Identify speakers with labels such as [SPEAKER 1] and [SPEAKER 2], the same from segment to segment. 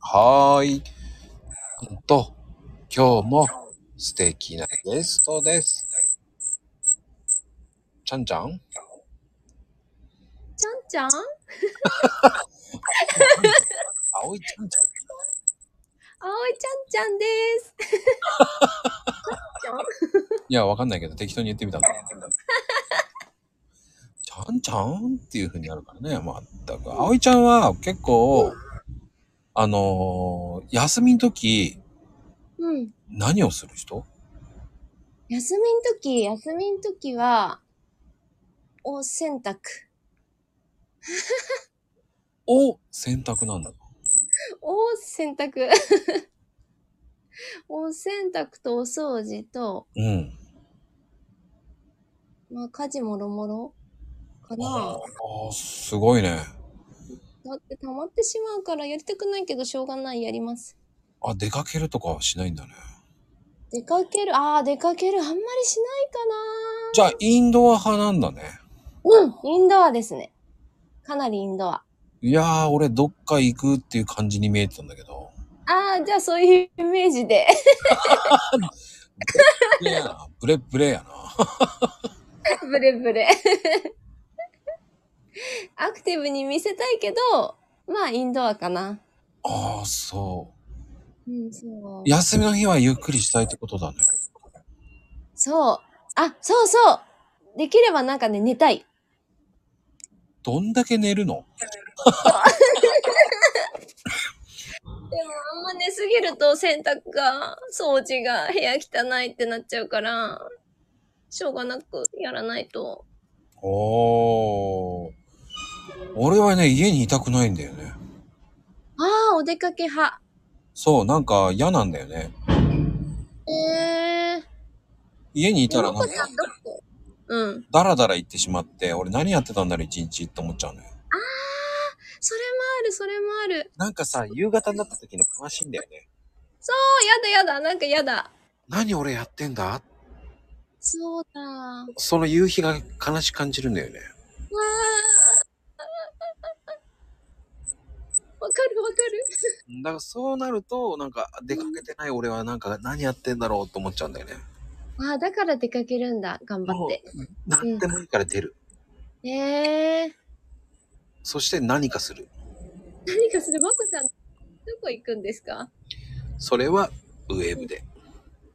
[SPEAKER 1] はーい。と、今日も素敵なゲストです。ちゃんちゃん
[SPEAKER 2] ちゃんちゃん
[SPEAKER 1] 葵ちゃんちゃん
[SPEAKER 2] あおいちゃんちゃんです。ちゃんちゃん
[SPEAKER 1] いや、わかんないけど、適当に言ってみたん だ。ちゃんちゃんっていう風になるからね。まったく。葵ちゃんは結構、あのー休みの時、
[SPEAKER 2] うん。
[SPEAKER 1] 何をする人
[SPEAKER 2] 休みん時、休みん時は、お洗濯。
[SPEAKER 1] を選択なんだ。
[SPEAKER 2] お洗濯。 お洗濯とお掃除と、
[SPEAKER 1] うん。
[SPEAKER 2] まあ家事もろもろか
[SPEAKER 1] あ
[SPEAKER 2] な。
[SPEAKER 1] あ、すごいね。
[SPEAKER 2] だって溜まってしまうからやりたくないけどしょうがないやります。
[SPEAKER 1] あ、出かけるとかはしないんだね。
[SPEAKER 2] 出かける、ああ、出かける、あんまりしないかな。
[SPEAKER 1] じゃあ、インドア派なんだね。
[SPEAKER 2] うん、インドアですね。かなりインドア。
[SPEAKER 1] いやー、俺、どっか行くっていう感じに見えてたんだけど。
[SPEAKER 2] ああ、じゃあそういうイメージで。
[SPEAKER 1] いや、ブレブレやな。
[SPEAKER 2] ブレブレ。 アクティブに見せたいけど、まあインドアかな。
[SPEAKER 1] ああ、そう。
[SPEAKER 2] うん、そう。
[SPEAKER 1] 休みの日はゆっくりしたいってことだね。
[SPEAKER 2] そう。あ、そうそう。できればなんかね、寝たい。
[SPEAKER 1] どんだけ寝るの
[SPEAKER 2] でもあんま寝すぎると洗濯が、掃除が、部屋汚いってなっちゃうから、しょうがなくやらないと。
[SPEAKER 1] おー。俺はね、家にいたくないんだよね。
[SPEAKER 2] ああ、お出かけ派。
[SPEAKER 1] そう、なんか嫌なんだよね。
[SPEAKER 2] ええー。
[SPEAKER 1] 家にいたら
[SPEAKER 2] も
[SPEAKER 1] な
[SPEAKER 2] こ
[SPEAKER 1] ん
[SPEAKER 2] ちゃ
[SPEAKER 1] か、
[SPEAKER 2] んどこうん。
[SPEAKER 1] ダラダラ行ってしまって、俺何やってたんだろう、一日って思っちゃうね。
[SPEAKER 2] それもある、それもある。
[SPEAKER 1] なんかさ、夕方になった時の悲しいんだよね。
[SPEAKER 2] そう、やだやだ、なんかやだ。
[SPEAKER 1] 何俺やってんだ
[SPEAKER 2] そうだ。あ
[SPEAKER 1] その夕日が悲しく感じるんだよね。
[SPEAKER 2] ーわかるわかる。
[SPEAKER 1] だからそうなると、なんか出かけてない俺はなんか何やってんだろうと思っちゃうんだよね。
[SPEAKER 2] ああ、だから出かけるんだ。頑張って。
[SPEAKER 1] 何でもいいから出る。
[SPEAKER 2] ええー。
[SPEAKER 1] そして何かする。
[SPEAKER 2] 何かするまこさん、どこ行くんですか
[SPEAKER 1] それはウェブで。あ、ウェブで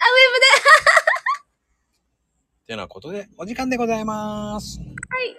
[SPEAKER 1] ってなことで、お時間でございます。
[SPEAKER 2] はい。